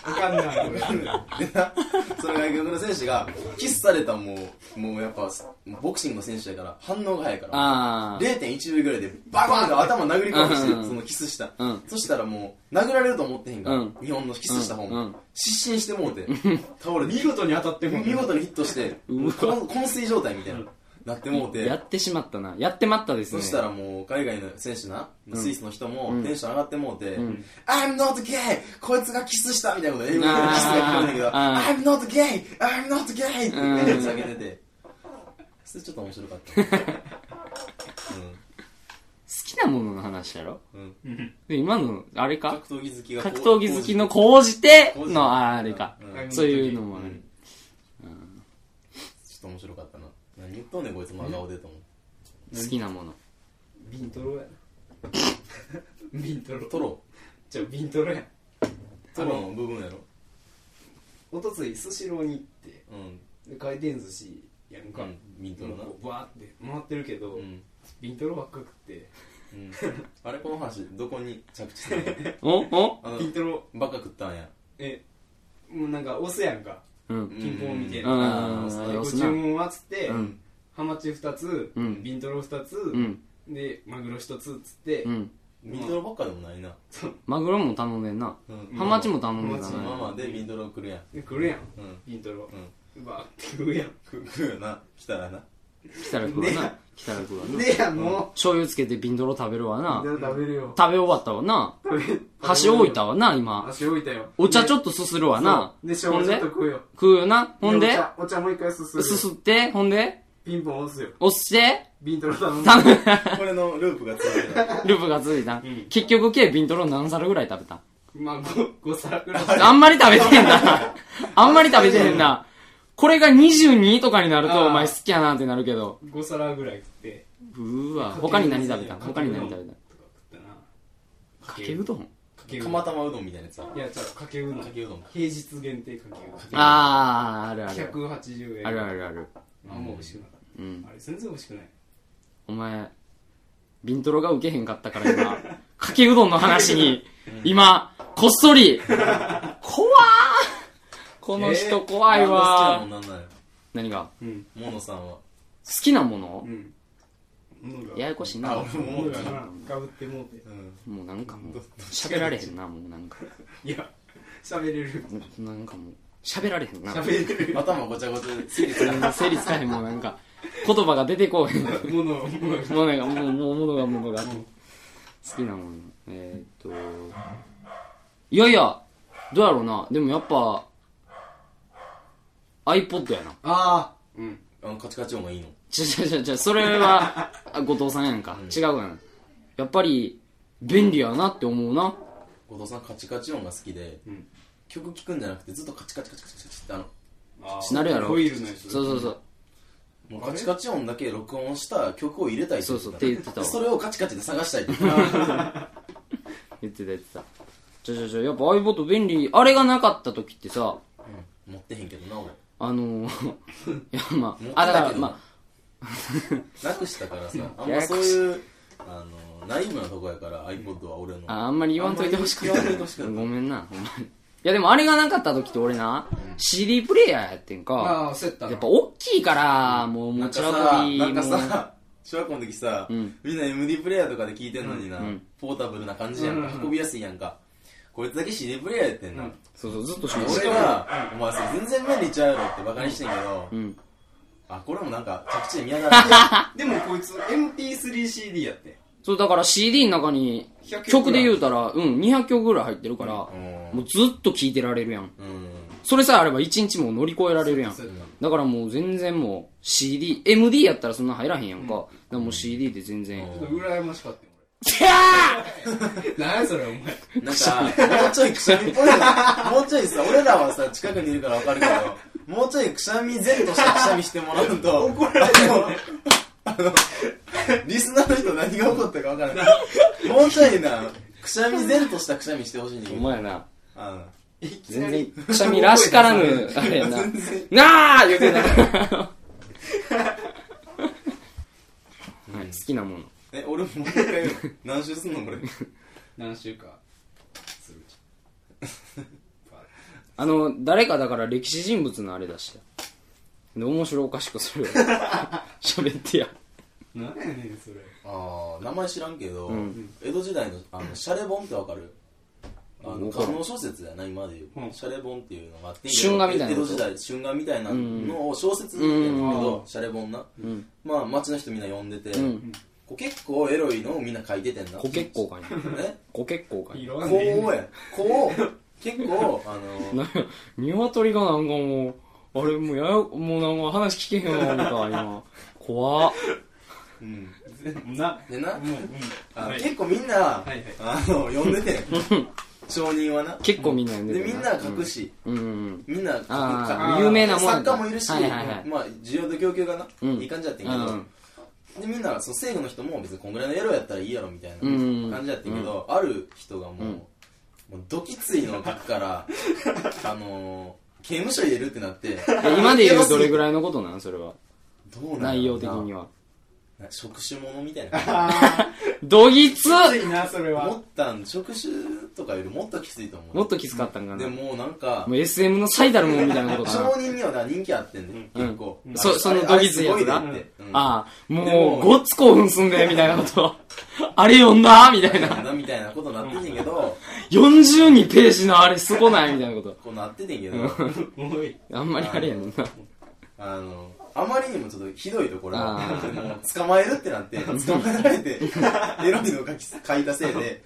Speaker 2: あかんなこれ
Speaker 1: でなその外国の選手がキスされたもうもうやっぱボクシングの選手やから反応が早いから
Speaker 3: ああ
Speaker 1: 0.1秒ぐらいでババーンと頭殴り込みして、
Speaker 3: うん
Speaker 1: そのキスした、
Speaker 3: うん
Speaker 1: そしたらもう殴られると思ってへんから、
Speaker 3: うん
Speaker 1: 日本のキスした方も、
Speaker 3: うんうん
Speaker 1: 失神してもう
Speaker 3: [laughs]
Speaker 1: て倒れて
Speaker 2: 見事に当たっても
Speaker 1: 見事にヒットして
Speaker 3: うわ
Speaker 1: こん昏睡状態みたいななってもうて
Speaker 3: やってしまったなやってまったです
Speaker 1: そ
Speaker 3: ね
Speaker 1: したらもう海外の選手な、スイスの人もテンション上がってもうて、
Speaker 3: ん
Speaker 1: I'm not gay! こいつがキスしたみたいなこと英語でキス
Speaker 3: あー
Speaker 1: が来るん
Speaker 3: あ
Speaker 1: だけど、I'm not gay! I'm not gay! ってめっちゃ叫んでて、それちょっと面白かった。うん
Speaker 3: 好きなものの話やろ
Speaker 1: うん
Speaker 3: で今の、あれか
Speaker 1: 格闘技好きが
Speaker 3: 格闘技好きの講じての、ああれか。
Speaker 1: うん
Speaker 3: そういうのもあ
Speaker 1: う
Speaker 3: る。
Speaker 1: んちょっと面白かったな何言っとんねんこいつ真顔でと思う
Speaker 3: 好きなもの。
Speaker 2: ビントロやビントロ
Speaker 1: トロ
Speaker 2: じゃあビントロや
Speaker 1: トロの部分やろ
Speaker 2: おとついスシローに行って
Speaker 1: うん
Speaker 2: で回転寿司やんか、
Speaker 1: うんビントロな
Speaker 2: こうバーって回ってるけど、
Speaker 1: うん
Speaker 2: ビントロばっか食って
Speaker 1: うんあれこの話どこに着地したの
Speaker 3: おお
Speaker 1: あ
Speaker 2: ビントロ
Speaker 1: のバカ食ったんや
Speaker 2: えもうなんか押すやんか
Speaker 3: うん。
Speaker 2: ピンポンみたい
Speaker 3: なうん
Speaker 1: あー
Speaker 3: うん
Speaker 1: そう
Speaker 2: ご
Speaker 3: 押す
Speaker 2: 注
Speaker 3: な
Speaker 2: 文はっつって、
Speaker 3: うん
Speaker 2: ハマチ2つ、
Speaker 3: うん
Speaker 2: ビントロ2つ、
Speaker 3: うん。
Speaker 2: でマグロ1つっつって、
Speaker 3: うん。
Speaker 1: ミントロばっかでもないな
Speaker 3: マグロも頼んでんな。
Speaker 1: うん
Speaker 3: ハマチも頼んでん
Speaker 2: ハマ
Speaker 3: な
Speaker 2: チ。
Speaker 1: ママでミントロ来るやん
Speaker 2: で来るやん、
Speaker 1: うん
Speaker 2: ビントロ
Speaker 1: う、ん
Speaker 2: バーって食うやん
Speaker 1: く食うよな来たらな
Speaker 3: 来たら食うわ
Speaker 2: ね
Speaker 3: な。来たら食うわな。
Speaker 2: でやも
Speaker 3: 醤油つけてビンドロ食べるわな
Speaker 2: う。食べるよ
Speaker 3: 食べ終わったわな。箸置いたわな、今。
Speaker 2: 足置いたよ
Speaker 3: お茶ちょ
Speaker 2: っ
Speaker 3: っとすするわな。
Speaker 2: でしょ
Speaker 3: ほん
Speaker 2: ちょ
Speaker 3: で
Speaker 2: っと食うよ
Speaker 3: 食うよな。ほん
Speaker 2: お
Speaker 3: で
Speaker 2: 茶お茶もう一回すする
Speaker 3: すすって、ほんで
Speaker 2: ピンポン押すよ
Speaker 3: 押して、 [laughs]
Speaker 2: ビントロ頼む
Speaker 3: 頼む。
Speaker 1: これのループがついてた
Speaker 3: ループが続いた
Speaker 2: ん。
Speaker 3: 結局、計ビンドロ何皿ぐらい食べた
Speaker 2: まあ 5, 5皿くらい
Speaker 3: あんまり食べてへん
Speaker 2: [laughs]
Speaker 3: な。あんまり食べてへんな。これが22とかになる
Speaker 2: あ
Speaker 3: と、
Speaker 2: ー
Speaker 3: お前好きやなってなるけど。
Speaker 2: 5皿ぐらい食って
Speaker 3: うーわ。他に何食べた
Speaker 1: か
Speaker 3: 他に何食べ
Speaker 2: とか食ったな
Speaker 3: たかけうどん
Speaker 2: かけうどん
Speaker 1: 釜玉うどんみたいなやつ
Speaker 2: いやちゃうかけうどん
Speaker 1: か
Speaker 2: 平
Speaker 1: けうどんか
Speaker 2: 日限定かけうどん
Speaker 3: あー、あるある。
Speaker 2: 180円
Speaker 3: あるあるある。
Speaker 2: あんま美味しくなかっ
Speaker 3: うん
Speaker 2: た。あれ全然美味しくない
Speaker 3: お前、ビントロが受けへんかったから今、かけうどんの話に、今、こっそり、怖ーこの人怖い
Speaker 1: 好きな
Speaker 3: わ
Speaker 1: もんなんなんや
Speaker 3: 何が
Speaker 2: うん
Speaker 1: モノさんは
Speaker 3: 好きなもの
Speaker 2: うん物が
Speaker 3: ややこしいな。
Speaker 1: あ俺も思
Speaker 2: 物
Speaker 1: っ
Speaker 2: が
Speaker 1: た
Speaker 2: なかぶってもうて
Speaker 1: うん
Speaker 3: もうなんかもう、喋られへんな、もうなんか。
Speaker 2: いや喋れる
Speaker 3: なんかもう、喋られへんな。
Speaker 2: 喋れる
Speaker 1: 頭ごちゃごちゃでついて
Speaker 3: 全然整理つかへん、もうなんか、言葉が出てこうへん。
Speaker 2: 物を物が
Speaker 3: もうなんか、もう、もう、ものがものが。好きなもの。えー、っと、いやいや、どうやろうな。でもやっぱ、iPod やな。
Speaker 2: ああうん
Speaker 1: あのカチカチ音がいいの
Speaker 3: ちょちょちょちょ、それは、 [laughs] あ後藤さんやんか。違うやん。やっぱり、便利やなって思うな。
Speaker 1: 後藤さんカチカチ音が好きで、
Speaker 2: ん
Speaker 1: 曲聴くんじゃなくてずっとカチカチカチカチカチってあの
Speaker 3: しなるやろ。
Speaker 2: ホイールのやつ
Speaker 3: そうそうそう。
Speaker 1: もうカチカチ音だけ録音した曲を入れたいって言
Speaker 3: そうそうって言ってたわ
Speaker 1: それをカチカチで探したいって言ってた
Speaker 3: 言ってた言ってた。ちょちょちょ、やっぱ iPod 便利。あれがなかった時ってさ、
Speaker 1: うん持ってへんけどな俺
Speaker 3: あのー、 [laughs] いやま
Speaker 1: 持って
Speaker 3: あ、あ、だか
Speaker 1: た
Speaker 3: ら
Speaker 1: けど
Speaker 3: まあ、
Speaker 1: なくしたからさあん
Speaker 3: や
Speaker 1: ま
Speaker 3: やこ
Speaker 1: そう
Speaker 3: しい
Speaker 1: いうあのナイーブなとこやから iPod は俺の
Speaker 3: ああんまり言わんといてほしかっ
Speaker 1: あ
Speaker 3: た
Speaker 1: んまり言わんといてほしかった
Speaker 3: ごめんなほんまにいやでもあれがなかった時って俺な、CD プレイヤーやってん
Speaker 2: あ
Speaker 3: か
Speaker 2: あセッター
Speaker 3: やっぱ大きいから、もう
Speaker 1: な
Speaker 3: 持
Speaker 1: ん
Speaker 3: ち
Speaker 1: か
Speaker 3: 運
Speaker 1: さ
Speaker 3: び
Speaker 1: なんか
Speaker 3: もう
Speaker 1: さ小学校の時さ、
Speaker 3: ん
Speaker 1: みんな MD プレイヤーとかで聞いてんのにな、
Speaker 3: ん
Speaker 1: ポータブルな感じやんか、
Speaker 2: うん
Speaker 1: 運びやすいやんかこいつだけ CD プレイヤーやってんな、
Speaker 2: うん
Speaker 3: そうそうずっとしまし
Speaker 1: 俺
Speaker 3: た
Speaker 1: は、お前それ全然便利ちゃうやろってバカにしてんけど、
Speaker 3: ん
Speaker 1: あ、これもなんか着地で見上が [laughs] る。
Speaker 2: でもこいつ MP3CD やって
Speaker 3: [laughs] そうだから CD の中に
Speaker 2: 100曲
Speaker 3: 曲で言うたらうん200曲ぐらい入ってるから、
Speaker 1: うん
Speaker 3: もうずっと聴いてられるやん
Speaker 1: うん。
Speaker 3: それさえあれば1日も乗り越えられるやん
Speaker 2: そうやった
Speaker 3: だからもう全然もう CD MD やったらそんな入らへんやんか、だからもう CD で全然、
Speaker 1: うん
Speaker 3: [laughs]
Speaker 2: ちょっと羨ましかったよ
Speaker 3: キャー
Speaker 2: 俺何やそれお前
Speaker 1: なんか、もうちょいくしゃみっぽいな。もうちょいさ、俺らはさ、近くにいるからわかるけど、もうちょいくしゃみ前としたくしゃみしてもらうと、 [laughs] 怒られるあの、リスナーの人何が起こったかわからない。もうちょいな、くしゃみ前としたくしゃみしてほしいんだ
Speaker 3: お
Speaker 1: けど。
Speaker 3: 前やな
Speaker 1: あ
Speaker 3: 全然、くしゃみらしからぬ、あれやな。なあ言うてた。はい、好きなもの。
Speaker 1: え、俺もう一回言う何周すんのこれ。
Speaker 2: [laughs] 何週かする
Speaker 3: あの、誰かだから歴史人物のあれだしや。で、面白おかしくする [laughs] よ。喋ってや。
Speaker 2: 何やねんそれ
Speaker 1: ああ名前知らんけど、
Speaker 3: ん
Speaker 1: 江戸時代のあのシャレ本ってわかるあの
Speaker 3: わから
Speaker 1: 家
Speaker 3: ん
Speaker 1: 能小説やな今で言う、
Speaker 2: うん
Speaker 1: シャレ本っていうのがあって
Speaker 3: 春画みたいな
Speaker 1: 江
Speaker 3: こと
Speaker 1: 戸時代春画みたいなのを小説って言うんだけど、
Speaker 2: うん
Speaker 1: シャレ本な、
Speaker 3: ん
Speaker 1: まあ町の人みんな読んでて、
Speaker 3: うん。
Speaker 1: こう結構エロいのをみんな書いててんな
Speaker 3: ご結構かいな。
Speaker 1: え
Speaker 3: ご結構かい
Speaker 2: い
Speaker 3: な。
Speaker 2: ろ
Speaker 1: こ
Speaker 2: ん
Speaker 1: う
Speaker 2: な意味
Speaker 1: やこう結構あの
Speaker 3: なんや、鶏がなんかもう、あれもうやや、もうなんか話聞けへんわ、思ったわ、今。怖っ。
Speaker 1: うん
Speaker 2: な
Speaker 1: でな、
Speaker 2: うんうん
Speaker 1: あ
Speaker 2: はい
Speaker 1: 結構みんな、
Speaker 2: はい
Speaker 1: あの呼んで
Speaker 3: [laughs]
Speaker 1: て証人はな
Speaker 3: 結構みんな呼んで
Speaker 1: で
Speaker 3: る
Speaker 1: みんな書くし、
Speaker 3: うんうん
Speaker 1: みんな書く
Speaker 3: あ
Speaker 2: ー
Speaker 1: 書く
Speaker 2: 有
Speaker 3: 名なもんや
Speaker 1: 作家もいるし、
Speaker 3: はいはいはい
Speaker 1: まあ需要と供給がな、
Speaker 3: うん
Speaker 1: いい感じやってん
Speaker 3: う
Speaker 1: けど、
Speaker 3: ん
Speaker 1: でみんなその政府の人も別にこんぐらいのエロやったらいいやろみたいな
Speaker 3: うん
Speaker 1: 感じやってんけど、ある人がもう,、もうドキついのを書くから
Speaker 3: [laughs]
Speaker 1: あのー、刑務所入れるってなって
Speaker 3: え今で言うどれぐ
Speaker 1: らい
Speaker 3: らいのことなんそれは
Speaker 1: どうなんやろな
Speaker 3: 内容的には
Speaker 1: な職種ものみたいな
Speaker 2: あ
Speaker 3: どぎつ
Speaker 2: ーきついなそれは
Speaker 1: もったん職種とかよりもっときついと思う
Speaker 3: もっときつかったんかな
Speaker 1: で
Speaker 3: も
Speaker 1: もうなんか
Speaker 3: う SM の最たるもんみたいなことかな
Speaker 1: 証人にはな人気あってんね、結構、
Speaker 3: うん
Speaker 1: あ
Speaker 3: そそ
Speaker 1: あ
Speaker 3: の
Speaker 1: れ
Speaker 3: どぎついやつな
Speaker 1: あれすごいなって、うん
Speaker 3: ああ
Speaker 1: で
Speaker 3: も
Speaker 1: も
Speaker 3: うごっつ興奮すんでみたいなこと [laughs] あれ読んだみたいな
Speaker 1: なみたいなことなっててんけど、
Speaker 3: 40人ページのあれすごないみたいなこ
Speaker 1: こうなっててんけど、
Speaker 2: おい
Speaker 3: とあんまりあれやねんな
Speaker 1: あの、あまりにもちょっとひどいところ
Speaker 3: あー
Speaker 1: もう捕まえるってなって、捕まえられて、エロいのを書き書いたせいで、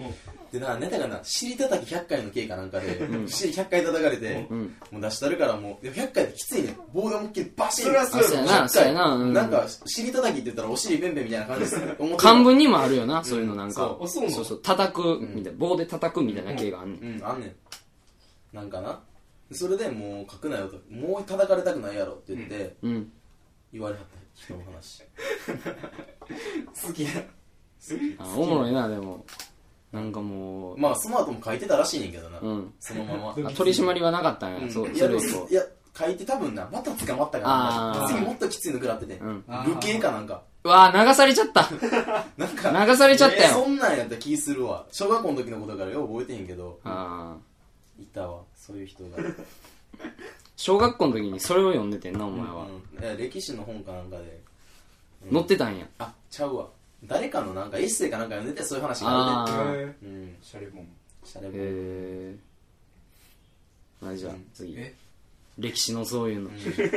Speaker 1: でな、なんだかな、尻叩き100回の刑かなんかで、尻100回叩かれて、
Speaker 3: ん
Speaker 1: もう出したるからもう、でも100回ってきついねん。棒で思いっきりバシン
Speaker 2: それはそう
Speaker 3: あそうや
Speaker 1: 100
Speaker 3: な
Speaker 1: 回
Speaker 3: そうやなうん
Speaker 1: なんか、尻叩きって言ったらお尻ペンペンみたいな感じ
Speaker 3: [laughs]
Speaker 1: でする。思ってる
Speaker 3: 漢文にもあるよな、そういうのなんか
Speaker 1: そ。う
Speaker 2: そうなの
Speaker 3: そう叩く、みたいな、棒で叩くみたいな系があんねん。
Speaker 1: うん、あんねん。なんかな。それでもう書くなよと、もう叩かれたくないやろって言って、
Speaker 3: うん。
Speaker 1: 言われはった人の話。
Speaker 2: 好きや
Speaker 3: あおもろいな、でも。なんかもう、
Speaker 1: まあ、その後も書いてたらしいねんけどな。
Speaker 3: うん。
Speaker 1: そのまま。
Speaker 3: あ取り締まりはなかったんや、そううん
Speaker 1: い
Speaker 3: そ
Speaker 1: や、
Speaker 3: れ
Speaker 1: で
Speaker 3: 以
Speaker 1: も
Speaker 3: 降
Speaker 1: い。や、書いて多分な、また捕まったから
Speaker 3: あ
Speaker 1: な、
Speaker 3: ー
Speaker 1: 次もっときついの食らってて、
Speaker 3: うん
Speaker 2: あー
Speaker 1: 流刑かなんか。
Speaker 3: うわぁ、流されちゃった。
Speaker 1: [laughs] なんか、
Speaker 3: 流されちゃったよ
Speaker 1: えーそんなんやった気するわ。小学校の時のことからよう覚えてへんけど、
Speaker 3: あー
Speaker 1: いたわ、そういう人が。
Speaker 3: 小学校の時にそれを読んでてんな、お前は。
Speaker 1: うんいや歴史の本かなんかで、
Speaker 3: 載ってたんや。
Speaker 1: あ、ちゃうわ。誰かのなんかエッセイかなんか読んでてそういう話がある
Speaker 3: あー
Speaker 2: え
Speaker 1: で。うん
Speaker 2: ー。シャレボン
Speaker 1: シャレ
Speaker 3: へ
Speaker 1: ボン
Speaker 3: え。まあじゃあ、次。
Speaker 2: え
Speaker 3: 歴史のそういうの。
Speaker 1: うんそういう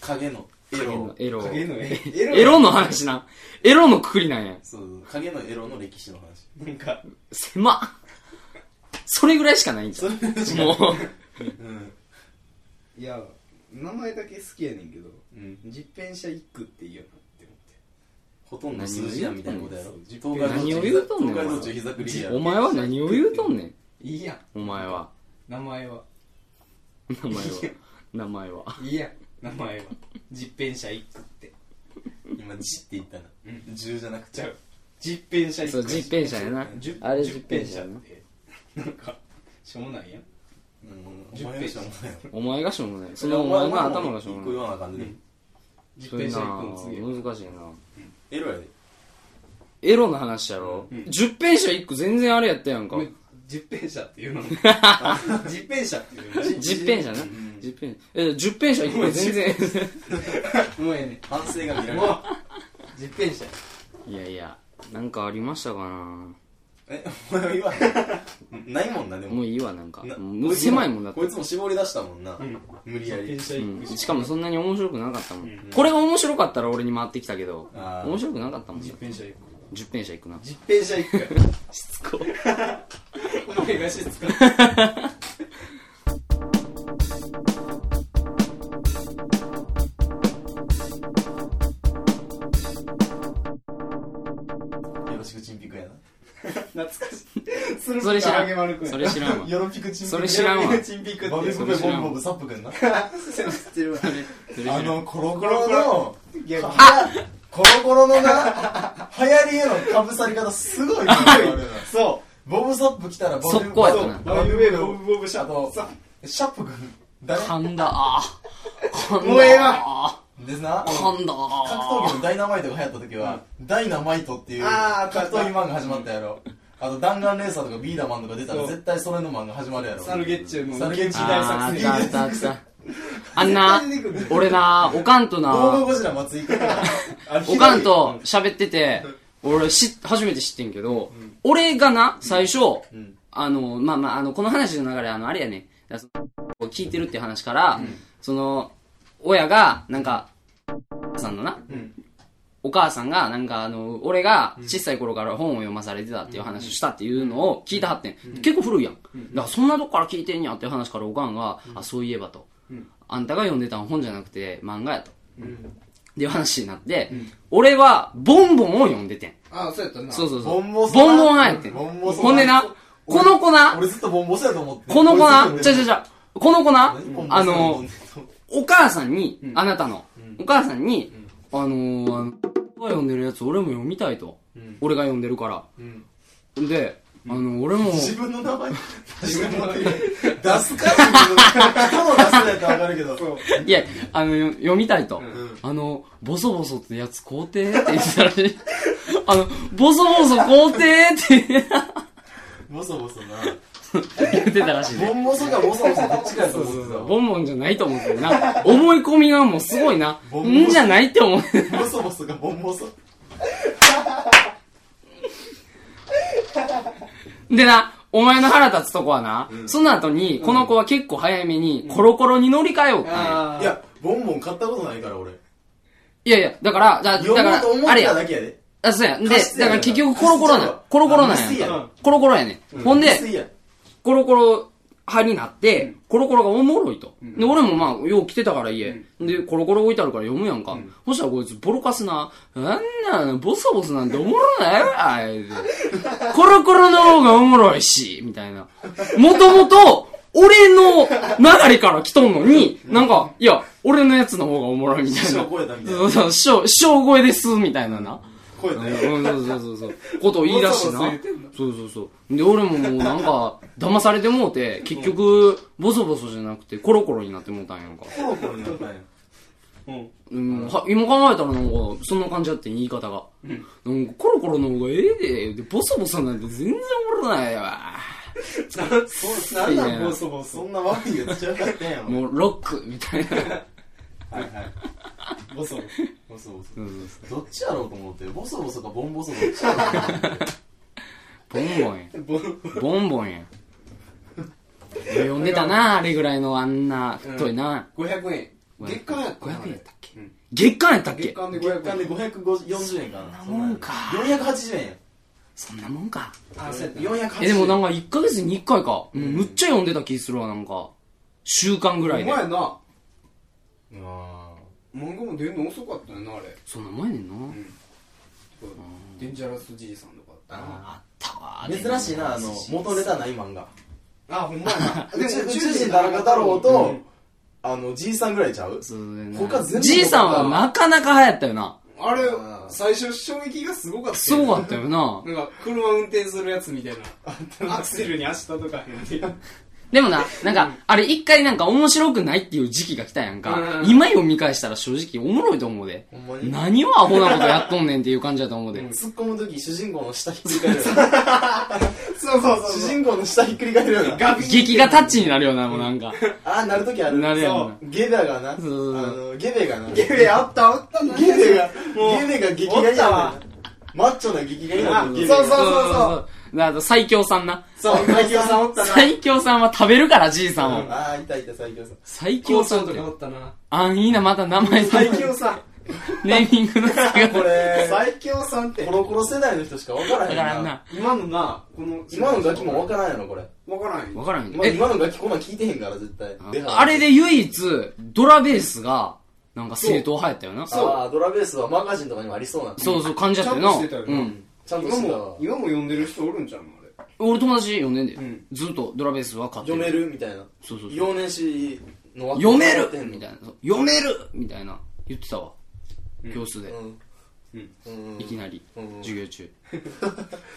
Speaker 1: 影のエロ。
Speaker 3: エロ。
Speaker 2: 影の絵
Speaker 3: エロの話な。エロのくくりなんや。
Speaker 1: そう、影のエロの歴史の話。
Speaker 2: なんか
Speaker 3: 狭っ。それぐらいしかないんじゃ
Speaker 1: それ
Speaker 3: ん。もう。
Speaker 1: うん。
Speaker 2: いや名前だけ好きやねんけど
Speaker 1: うん。
Speaker 2: 実編者一句っていいよなって思って
Speaker 1: ほとんど数字やんみたいなことやろ
Speaker 2: 何を言う
Speaker 1: 東
Speaker 2: とん
Speaker 1: 海
Speaker 2: ねん
Speaker 1: 道
Speaker 3: 何を言うと
Speaker 1: 東海道
Speaker 3: んねん
Speaker 1: 中膝栗や
Speaker 3: お
Speaker 1: ろ
Speaker 3: 前は何を言うとんねん。
Speaker 2: いいやん
Speaker 3: お前は。
Speaker 2: 名前は
Speaker 3: 名前は。名前は。
Speaker 2: いいやん名前は実編者一句って
Speaker 1: 今「じ」って言ったな「十」じゃなく
Speaker 2: ち
Speaker 1: ち
Speaker 2: ゃ
Speaker 1: ゃ
Speaker 2: う実編者一句
Speaker 3: そう、実編者やな
Speaker 2: 十。
Speaker 3: あれ
Speaker 2: 十
Speaker 3: 実編者や
Speaker 2: っ
Speaker 3: な。
Speaker 2: てなんかしょうもないやん
Speaker 1: うんお
Speaker 2: 十
Speaker 1: 前
Speaker 2: ペ
Speaker 1: が
Speaker 2: ージ
Speaker 1: しょうもないよ
Speaker 3: お前がしょうもない。それはお前が頭がしょう
Speaker 1: 一個言
Speaker 3: もない。
Speaker 1: わなあかんで
Speaker 2: 実
Speaker 3: それ
Speaker 2: 編
Speaker 3: な
Speaker 2: 者一句も次や
Speaker 3: 難しいな。
Speaker 1: エロやで
Speaker 3: エロの話やろ
Speaker 2: うん
Speaker 3: 十編者一個全然あれやったやんか。
Speaker 2: 実編者っていうの実編者っていうの
Speaker 3: 十編者な。十編。え、十編者一個全然。
Speaker 2: もうええね
Speaker 1: 反省が見られ
Speaker 2: も
Speaker 1: る
Speaker 2: う実編者
Speaker 3: [laughs] いやいや、なんかありましたかな
Speaker 1: えお前は言わないないもんなで
Speaker 3: も
Speaker 1: も
Speaker 3: ういいわ、なんか。
Speaker 1: な
Speaker 3: もう狭いもんだって
Speaker 1: こい。つも絞り出したもんな
Speaker 2: うん
Speaker 1: 無理やり
Speaker 2: 実編
Speaker 3: う
Speaker 2: 者
Speaker 3: ん
Speaker 2: 一句
Speaker 3: しかもそんなに面白くなかったもん
Speaker 2: ん。
Speaker 3: これが面白かったら俺に回ってきたけど、
Speaker 1: あー
Speaker 3: 面白くなかったもん。
Speaker 2: 実編者一句
Speaker 3: 十編者行くな。
Speaker 2: 実編者一句や
Speaker 3: しつこ。
Speaker 2: お前がしつか
Speaker 1: よろしくチンピクやな
Speaker 2: 懐かしい。それ
Speaker 3: それ知ら
Speaker 2: 唐揚げ丸く
Speaker 3: ん。
Speaker 2: ん
Speaker 3: それ知ら
Speaker 1: [laughs]
Speaker 3: んわ。
Speaker 1: よろぴくチンピ
Speaker 3: そ
Speaker 1: ク
Speaker 3: れ知らんわ。
Speaker 2: チンピクって
Speaker 1: バビ
Speaker 2: い
Speaker 1: ブ
Speaker 2: う
Speaker 3: そ
Speaker 1: ベ
Speaker 3: れ知ら
Speaker 1: ボ
Speaker 3: んわ
Speaker 1: ンボブサップくんな
Speaker 2: 知ってるわ。
Speaker 3: それ知ら
Speaker 1: あ
Speaker 3: ん
Speaker 1: のコロコロの
Speaker 2: 逆に
Speaker 1: コロコロのな流行りへのかぶさり方すごいなあれな
Speaker 2: そ
Speaker 1: ボブサップ来たらボブ
Speaker 3: 速攻や
Speaker 2: う。
Speaker 3: った
Speaker 2: そ
Speaker 3: な
Speaker 2: う。バビブベボブボブシャ
Speaker 1: あと
Speaker 2: ト。さ
Speaker 1: シャープ君誰
Speaker 3: 噛んだあー。
Speaker 2: もうええ
Speaker 3: わ。
Speaker 1: ですな
Speaker 3: 噛んだあ
Speaker 1: 格闘技のダイナマイトが流行った時は、ダイナマイトっていう
Speaker 2: あー
Speaker 1: 格闘技漫画始まったやろあと弾丸レーサーとかビーダーマンとか出たら
Speaker 2: そう
Speaker 1: 絶対それの漫画始まるやろ
Speaker 2: サルゲッチュの
Speaker 1: サルゲッチュ
Speaker 3: あ
Speaker 1: 大
Speaker 3: ー、
Speaker 1: 作
Speaker 3: 来
Speaker 1: 戦
Speaker 3: た来た来た。あんな、俺な、おかんと
Speaker 1: ゴーゴー
Speaker 3: な、
Speaker 1: ゴジラ松井君が
Speaker 3: おかんと喋ってて、俺し、初めて知ってんけど、俺がな、最初、
Speaker 1: ん
Speaker 3: あの、まあまあ、あの、この話の流れ、あの、あれやね、だからその聞いてるって話から、その、親が、なんか、さんのな、お母さんが、なんかあの、俺が小さい頃から本を読まされてたっていう話をしたっていうのを聞いたはってん。結構古いやん。だからそんなとこから聞いてんやっていう話からおかんが、あ、そういえばと。あんたが読んでた本じゃなくて漫画やと。いう話になって、俺はボンボンを読んでてん。
Speaker 2: あ、そうやったな。
Speaker 3: そうそうそう。
Speaker 1: ボンボソ
Speaker 3: ボ
Speaker 1: な
Speaker 3: ンボンなんやってん。
Speaker 1: ボンボソな
Speaker 3: ほんでな、この子な、
Speaker 1: 俺ずっとボンボスやと思って。
Speaker 3: この子な、
Speaker 1: 俺ず
Speaker 3: ちゃ
Speaker 1: っと
Speaker 3: ちゃちゃ、この子な
Speaker 1: 何ボン、ボス
Speaker 3: あ
Speaker 1: やと思
Speaker 3: の
Speaker 1: っ
Speaker 3: ー
Speaker 1: て、
Speaker 3: お母さんに、あなたの、お母さんに、あのー、あの、が読んでるやつ俺も読みたいと。俺が読んでるから。で、あの、
Speaker 1: [laughs]
Speaker 3: 俺も、
Speaker 1: 自分の名前、自分の名前、出すか自分の。人の出すのやったらわかるけど。
Speaker 3: いや、あの、よ読みたいと。
Speaker 1: ん
Speaker 3: あの、ボソボソってやつ肯定って言ってたらし
Speaker 1: [laughs]
Speaker 3: い。あの、ボソボソ肯定って
Speaker 1: ボソボソな。
Speaker 3: 言ってたらしいね。
Speaker 1: ボンボソかボソボソどっちかやと思ってたわ。
Speaker 3: ボンボンじゃないと思うけどな。思い込みがもうすごいな。
Speaker 1: ボンボン
Speaker 3: んじゃないって思う。
Speaker 1: ボソボソかボンボソ。
Speaker 3: でな、お前の腹立つとこはな、その後に、この子は結構早めに、コロコロに乗り換えようったんや
Speaker 2: あ
Speaker 1: いや、ボンボン買ったことないから俺。
Speaker 3: いやいや、だから、だだ
Speaker 1: 読
Speaker 3: か
Speaker 1: もうと思
Speaker 3: ら、
Speaker 1: っ
Speaker 3: あれ
Speaker 1: た
Speaker 3: や。
Speaker 1: だけやで。
Speaker 3: あ、そうや。で、
Speaker 1: 貸してや
Speaker 3: だから結局コロコロなんや。
Speaker 1: 貸し
Speaker 3: コロコロな
Speaker 1: あ
Speaker 3: ん
Speaker 1: 無水
Speaker 3: や
Speaker 1: や。ろ
Speaker 3: コロコロやね。ほんで、
Speaker 1: 薄いやん
Speaker 3: コロコロ派になって、コロコロがおもろいと。で、俺もまあ、よう来てたから家。で、コロコロ置いてあるから読むやんか。そしたらこいつ、ボロカスな、あんなの、ボソボソなんておもろないわ、言うてコロコロの方がおもろいし、みたいな。もともと、俺の流れから来とんのに、なんか、いや、俺のやつの方がおもろいみたいな。
Speaker 1: 師匠超えたみたいな
Speaker 3: そうそう、師匠、師匠超えです、みたいなな。
Speaker 1: 声だよ。
Speaker 3: うん、そうそうそうそう。ことを言い出してな
Speaker 2: ボソボソ言ってんの。
Speaker 3: そうそうそう。で、俺ももうなんか、騙されてもうて、結局、ボソボソじゃなくて、コロコロになってもうたんやんか。
Speaker 1: コロコロになったんや。
Speaker 2: うん。
Speaker 3: うん、は今考えたらなんか、そんな感じだってん言い方が。なんか、コロコロの方がええで、で、ボソボソなんて全然おもろないわ。
Speaker 1: そなんなんボソボソ。そんな悪いやつちゃうかったんやん。
Speaker 3: もう、ロックみたいな。
Speaker 1: はいはい。ボソボソボソ。
Speaker 3: そうそうそ
Speaker 1: どっちやろうと思って。ボソボソかボンボソどっちやろ [laughs] うと思って。
Speaker 3: うボンボンや。
Speaker 1: ボン
Speaker 3: ボンボンや。呼んでたな、あれぐらいのあんな、太いな。
Speaker 2: 500円。月間やったな
Speaker 3: 500円やったっけ月間やったっ
Speaker 2: 月
Speaker 3: け
Speaker 2: 間で
Speaker 1: 月
Speaker 2: 500
Speaker 1: 間
Speaker 2: 円。
Speaker 1: で540円かな。
Speaker 3: そんなもんか
Speaker 1: 480円や。
Speaker 3: そんなもんか。
Speaker 2: あ、そうやったな。
Speaker 1: 480円。
Speaker 3: え、でもなん
Speaker 1: か、
Speaker 3: か1ヶ月に1回か。もうむっちゃ読んでた気するわ、なんか。週間ぐらい
Speaker 2: お
Speaker 3: で。
Speaker 2: 前な、
Speaker 1: あ
Speaker 2: 漫画も出んの遅かったよな、あれ。
Speaker 3: そんな前ねんな。
Speaker 2: デンジャラスじいさんとかあったな
Speaker 3: あったわ。
Speaker 1: ー珍しいな、あの、元ネタない漫画。
Speaker 2: あ、ほんまや
Speaker 1: [laughs]
Speaker 2: な。
Speaker 1: 宇宙宇宙人田中太郎
Speaker 2: う
Speaker 1: と
Speaker 2: ん、
Speaker 1: あの、じいさんぐらいちゃう他全部
Speaker 3: じいさんはなかなか流行ったよな。
Speaker 2: あれ、最初衝撃がすごかった。
Speaker 3: すごかったよな。
Speaker 2: [laughs] なんか、車運転するやつみたいな。アクセルに足届かへんっていう。
Speaker 3: でもな、なんか、あれ一回なんか面白くないっていう時期が来たやんか。
Speaker 2: うん
Speaker 3: 今読み返したら正直おもろいと思うで
Speaker 1: ほんま。に
Speaker 3: 何をアホなことやっとんねんっていう感じだと思うで。
Speaker 1: 突っ込むとき主人公の下ひっくり返るような
Speaker 2: [laughs] そうそうそう。
Speaker 1: 主人公の下ひっくり返るような
Speaker 2: ガビ
Speaker 3: 劇がタッチになるよな、もうなんか。
Speaker 1: ああなるときある
Speaker 3: なるやんな
Speaker 1: そうゲベがなあ
Speaker 3: そうそうそう
Speaker 1: のゲベがな
Speaker 2: ゲ
Speaker 1: ゲ
Speaker 2: ベあったあったな。
Speaker 1: ベが
Speaker 2: もう
Speaker 1: ゲベが激
Speaker 2: お
Speaker 1: ガ
Speaker 2: っ
Speaker 1: ニ
Speaker 2: た
Speaker 1: や
Speaker 2: わ
Speaker 1: ねんマッチョな激ガニやねんゲベ
Speaker 2: あそうそう
Speaker 3: う。あと最強さんな。
Speaker 2: そう、最強さんおったな。
Speaker 3: 最強さんは食べるから、じいさんを。
Speaker 1: ああいたいた最強さん
Speaker 3: 最強
Speaker 2: 強
Speaker 3: さ
Speaker 2: さ
Speaker 3: ん
Speaker 2: ん
Speaker 3: っ
Speaker 2: と
Speaker 3: て
Speaker 2: か。おったな。
Speaker 3: あ、いいな、また名前の
Speaker 2: 最強さん。
Speaker 3: ネーミングの付け
Speaker 1: こ
Speaker 3: 方。
Speaker 1: れ
Speaker 2: 最強さんって
Speaker 1: コ。ロコロ世代の人しか分からへ
Speaker 3: わ
Speaker 1: ん
Speaker 3: からん
Speaker 1: な
Speaker 3: な。
Speaker 2: 今のな、この、
Speaker 1: 今のガキも分からんやろこれ
Speaker 2: わからんよ。
Speaker 3: わからんよ
Speaker 1: まあ
Speaker 3: え、
Speaker 1: 今のガキこんなん聞いてへんから絶対出はらん
Speaker 3: あれで唯一、ドラベースが、なんか正統派やったよな。そう
Speaker 1: ああドラベースはマガジンとかにもありそうな
Speaker 3: そう感じやったよ
Speaker 2: ちゃんとしてた
Speaker 3: な。
Speaker 2: よ
Speaker 3: う。
Speaker 2: なん
Speaker 1: ちゃんと
Speaker 2: 今
Speaker 1: してたわ
Speaker 2: も、今も呼んでる人おるんちゃうのあ
Speaker 3: 俺友達読んでんだよ
Speaker 2: うん。
Speaker 3: ずっとドラベースは買って
Speaker 1: 読め。るみたいな
Speaker 3: そうそうそう。
Speaker 1: 幼年誌の枠
Speaker 3: 読める
Speaker 1: ってんの
Speaker 3: みたいな。そう読めるみたいな。言ってたわ。教室で。
Speaker 1: う
Speaker 2: うん
Speaker 1: ん
Speaker 3: いきなり
Speaker 1: うん。
Speaker 3: 授業中。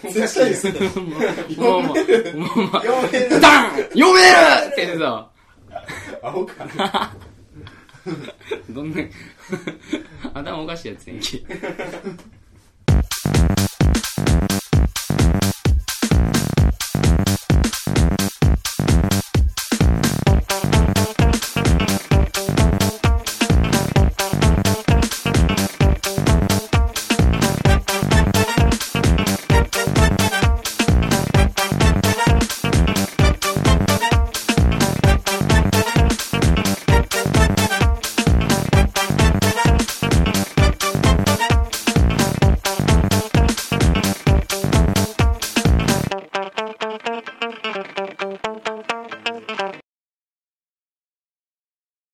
Speaker 2: れ。
Speaker 1: 絶対ですね
Speaker 3: [laughs] もうまあまあまあ
Speaker 1: 読める
Speaker 3: ダン読めるって言ってたわ。
Speaker 1: アホか
Speaker 3: [laughs] どんな、頭おかしいやつやんけ。